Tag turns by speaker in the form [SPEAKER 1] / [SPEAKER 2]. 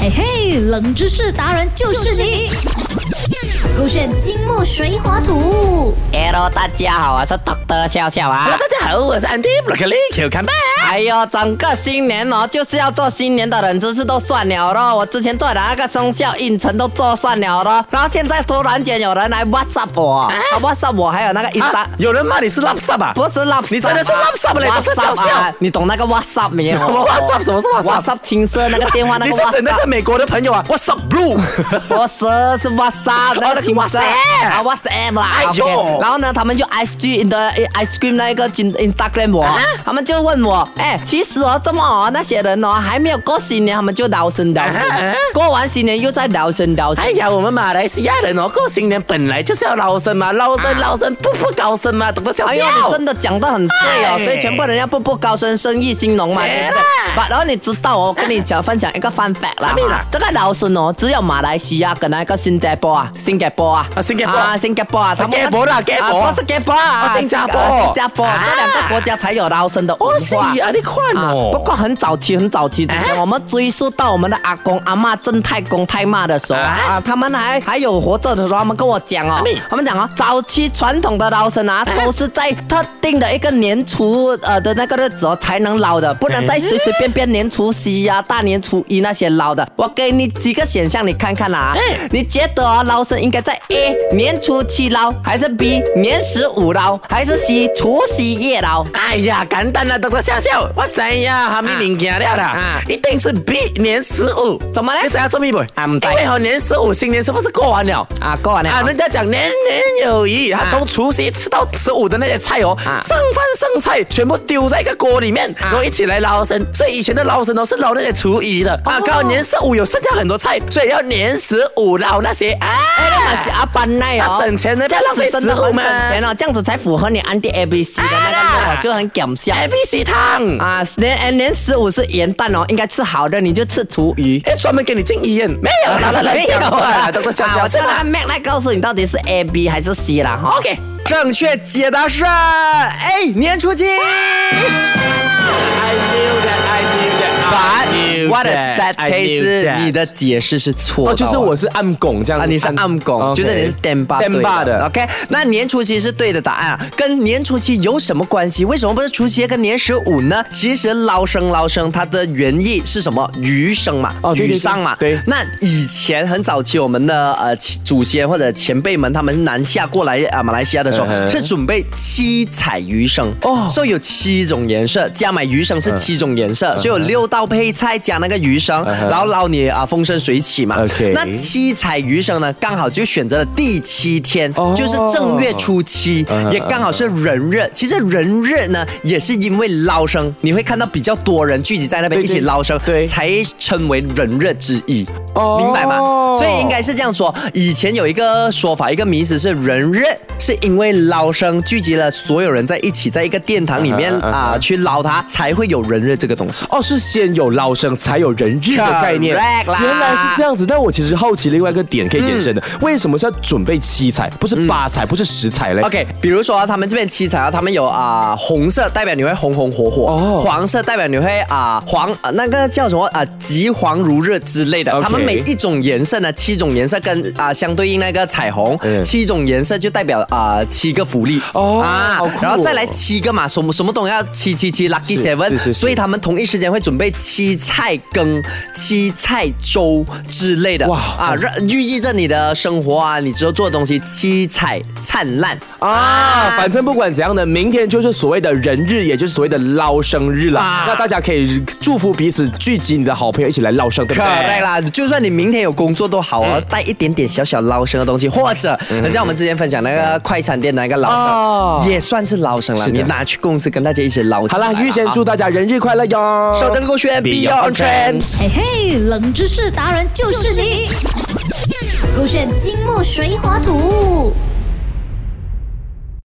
[SPEAKER 1] 嘿哎嘿，冷知识达人就是你。勾选金木水火土。
[SPEAKER 2] Hello，大家好，我是 Doctor 笑笑啊
[SPEAKER 3] Hello，。大家好，我是 Andy Broccoli Q c a m b e
[SPEAKER 2] 哎呦，整个新年哦，就是要做新年的冷知识都算了咯。我之前做的那个生肖运程都做算了咯，然后现在突然间有人来 WhatsApp 我、啊 WhatsApp 我还有那个 i n
[SPEAKER 3] 啊，有人骂你是 l a p s a 吧？
[SPEAKER 2] 不是 WhatsApp，
[SPEAKER 3] 你真的是 WhatsApp 嘞不是笑笑
[SPEAKER 2] 啊你懂那个 WhatsApp 没有？
[SPEAKER 3] 什么 WhatsApp？什么是 WhatsApp？
[SPEAKER 2] WhatsApp 青色那个电话那
[SPEAKER 3] 你
[SPEAKER 2] 个
[SPEAKER 3] 是指
[SPEAKER 2] WhatsApp
[SPEAKER 3] 那。个美国的朋友啊？What's up, blue？
[SPEAKER 2] 不是，是 WhatsApp 那
[SPEAKER 3] 那
[SPEAKER 2] 个
[SPEAKER 3] 个
[SPEAKER 2] 情色
[SPEAKER 3] WhatsApp
[SPEAKER 2] 啊 WhatsApp 啦。
[SPEAKER 3] 哎呦
[SPEAKER 2] OK，然后呢，他们就 ice cream 的 ice cream 那一个 in- Instagram 我，
[SPEAKER 3] 啊
[SPEAKER 2] 他们就问我，哎，其实哦，这么哦，那些人哦还没有过新年，他们就聊生聊生
[SPEAKER 3] 啊哈啊哈，
[SPEAKER 2] 过完新年又在聊生聊生
[SPEAKER 3] 哎。呀，我们马来西亚人哦，过新年本来就是要捞生嘛，捞生捞生，步步高升嘛，懂得笑
[SPEAKER 2] 哎呦，
[SPEAKER 3] 笑。
[SPEAKER 2] 你真的讲得很对哦，
[SPEAKER 3] 哎
[SPEAKER 2] 所以全部人要步步高升，生意兴隆嘛，对
[SPEAKER 3] 天
[SPEAKER 2] 不
[SPEAKER 3] 啊
[SPEAKER 2] 对？把然后你知道哦，我跟你讲分享一个 fun fact 啦
[SPEAKER 3] 什么啦，
[SPEAKER 2] 这个老生哦，只有马来西亚跟那个新加坡啊，新加坡啊，
[SPEAKER 3] 啊新加坡
[SPEAKER 2] 啊，新加坡啊，他们
[SPEAKER 3] 加坡啦加坡
[SPEAKER 2] 啊不是 g 坡啊，
[SPEAKER 3] 啊新加坡
[SPEAKER 2] 啊新加坡
[SPEAKER 3] 啊
[SPEAKER 2] 这两个国家才有老生的
[SPEAKER 3] 哦，
[SPEAKER 2] 文
[SPEAKER 3] 是
[SPEAKER 2] 化。
[SPEAKER 3] 啊，你看
[SPEAKER 2] 啊
[SPEAKER 3] 哦。
[SPEAKER 2] 不过很早期，很早期之前，
[SPEAKER 3] 啊
[SPEAKER 2] 我们追溯到我们的阿公阿妈正太公太妈的时候啊
[SPEAKER 3] 啊
[SPEAKER 2] 啊，他们还还有活着的时候，他
[SPEAKER 3] 哎
[SPEAKER 2] 们跟我讲哦
[SPEAKER 3] 阿妹，
[SPEAKER 2] 他们讲哦，早期传统的捞生啊，
[SPEAKER 3] 哎
[SPEAKER 2] 都是在特定的一个年初呃的那个日子哦才能捞的，不能再随随便便年除夕呀、大年初一那些捞的。我给你几个选项，你看看啦、啊
[SPEAKER 3] 哎，
[SPEAKER 2] 你觉得哦捞生应该在 A 年初七捞，还是 B 年十五捞，还是 C 除夕夜捞？
[SPEAKER 3] 哎呀，简单啦，懂得笑笑。我知呀，哈密明行了
[SPEAKER 2] 啊
[SPEAKER 3] 啦，一定是 B 年十五。
[SPEAKER 2] 怎么嘞
[SPEAKER 3] 你知道做咩不？
[SPEAKER 2] 啊唔知
[SPEAKER 3] 因为哦，年十五新年是不是过完了？
[SPEAKER 2] 啊，过完了
[SPEAKER 3] 啊，人家讲年年有余，他从除夕吃到十五的那些菜哦，
[SPEAKER 2] 啊
[SPEAKER 3] 剩饭剩菜全部丢在一个锅里面，然后一起来捞生。所以以前的捞生哦是捞那些厨余的，
[SPEAKER 2] 哦
[SPEAKER 3] 啊，刚好年十五有剩下很多菜，所以要年十五捞那些啊。
[SPEAKER 2] 哎那是阿班奈哦，
[SPEAKER 3] 啊省钱呢
[SPEAKER 2] 这样
[SPEAKER 3] 不要浪
[SPEAKER 2] 子
[SPEAKER 3] 费
[SPEAKER 2] 真的
[SPEAKER 3] 食物
[SPEAKER 2] 很省
[SPEAKER 3] 嘛
[SPEAKER 2] 钱哦，这样子才符合你 Andy ABC 的那个
[SPEAKER 3] 啊
[SPEAKER 2] 料，
[SPEAKER 3] 啦
[SPEAKER 2] 我就很搞笑。
[SPEAKER 3] A B C 哎汤。
[SPEAKER 2] 啊，年年十五是元旦哦，应该吃好的，你就吃厨余。
[SPEAKER 3] 哎，专门给你进医院没有啦？来来讲啊，都是笑
[SPEAKER 2] 啊
[SPEAKER 3] 笑
[SPEAKER 2] 我
[SPEAKER 3] 是
[SPEAKER 2] 叫
[SPEAKER 3] 吧
[SPEAKER 2] 他 Mac 来告诉你到底是 A B 还是 C 啦哈。
[SPEAKER 3] ？OK，
[SPEAKER 4] 正确解答是 A，年初七。But what a sad case 是你的解释是错的
[SPEAKER 5] 哦，
[SPEAKER 4] 哦，
[SPEAKER 5] 就是我是暗拱这样子，
[SPEAKER 4] 啊，你是暗拱，就是你是 d e m b a
[SPEAKER 5] 电霸的。
[SPEAKER 4] OK，那年初七是对的答案啊，跟年初七有什么关系？为什么不是除夕夜跟年十五呢？其实捞生捞生，它的原意是什么？鱼生嘛，
[SPEAKER 5] 哦对对
[SPEAKER 4] 鱼
[SPEAKER 5] 对
[SPEAKER 4] 上嘛。
[SPEAKER 5] 对
[SPEAKER 4] 那以前很早期，我们的呃其祖先或者前辈们，他们南下过来啊、马来西亚的时候，
[SPEAKER 5] 嗯哼
[SPEAKER 4] 是准备七彩鱼生
[SPEAKER 5] 哦
[SPEAKER 4] 所以有七种颜色，加买鱼生是七种颜色，所以有六道配菜加那个鱼生，
[SPEAKER 5] 嗯哼
[SPEAKER 4] 然后捞你啊、风生水起嘛。
[SPEAKER 5] OK
[SPEAKER 4] 那七彩鱼生呢，刚好就选择了第七天，
[SPEAKER 5] 哦
[SPEAKER 4] 就是正月初七，
[SPEAKER 5] 嗯
[SPEAKER 4] 也刚好是人日。其实人日呢，也是因为捞生，你会看到比较多人聚集在那边
[SPEAKER 5] 对
[SPEAKER 4] 一
[SPEAKER 5] 对
[SPEAKER 4] 起捞生，
[SPEAKER 5] 对
[SPEAKER 4] 才称为人日之一。
[SPEAKER 5] 哦
[SPEAKER 4] 明白吗？所以应该是这样说。以前有一个说法，一个迷思是人日是因为捞生聚集了所有人在一起，在一个殿堂里面
[SPEAKER 5] 嗯哼嗯哼
[SPEAKER 4] 啊去捞它，才会有人日这个东西。
[SPEAKER 5] 哦，是先有捞生才有人日的概念
[SPEAKER 4] Correct 啦
[SPEAKER 5] 原来是这样子。但我其实好奇另外一个点可以延伸的，
[SPEAKER 4] 嗯
[SPEAKER 5] 为什么是要准备七彩，不是八彩，不是十彩嘞
[SPEAKER 4] OK，比如说、啊、他们这边七彩啊，他们有啊、红色代表你会红红火火，
[SPEAKER 5] 哦
[SPEAKER 4] 黄色代表你会啊、黄、呃那个叫什么啊、急黄如热之类的。
[SPEAKER 5] OK
[SPEAKER 4] 他们每一种颜色呢，七种颜色跟啊、相对应那个彩虹，
[SPEAKER 5] 嗯
[SPEAKER 4] 七种颜色就代表啊、七个福利
[SPEAKER 5] 哦好酷哦
[SPEAKER 4] 然后再来七个嘛，什么什么都要七七七
[SPEAKER 5] 是
[SPEAKER 4] lucky
[SPEAKER 5] 是
[SPEAKER 4] seven，
[SPEAKER 5] 是是
[SPEAKER 4] 所以他们同一时间会准备七菜羹、七菜粥之类的，
[SPEAKER 5] 哇哦
[SPEAKER 4] 啊，让寓意着你的生活啊，你之后做的东西七彩灿烂。
[SPEAKER 5] 啊，反正不管怎样呢，明天就是所谓的人日，也就是所谓的捞生日了。
[SPEAKER 4] 啊
[SPEAKER 5] 那大家可以祝福彼此，聚集你的好朋友一起来捞生，对不
[SPEAKER 4] 可
[SPEAKER 5] 对？
[SPEAKER 4] 对啦，就算你明天有工作都好
[SPEAKER 5] 嗯
[SPEAKER 4] 哦，带一点点小小捞生的东西，或者很像我们之前分享那个快餐店的那个捞
[SPEAKER 5] 哦
[SPEAKER 4] 生，也算是捞生了。
[SPEAKER 5] 的
[SPEAKER 4] 你拿去公司跟大家一起捞起
[SPEAKER 5] 好
[SPEAKER 4] 来啦。
[SPEAKER 5] 了，预先
[SPEAKER 4] 啊
[SPEAKER 5] 祝大家人日快乐哟！
[SPEAKER 4] 收这个勾选 Beyond
[SPEAKER 5] Beyond
[SPEAKER 4] Trend
[SPEAKER 5] Trend。
[SPEAKER 1] 嘿哎嘿，冷知识达人就是你。勾选金木水火土。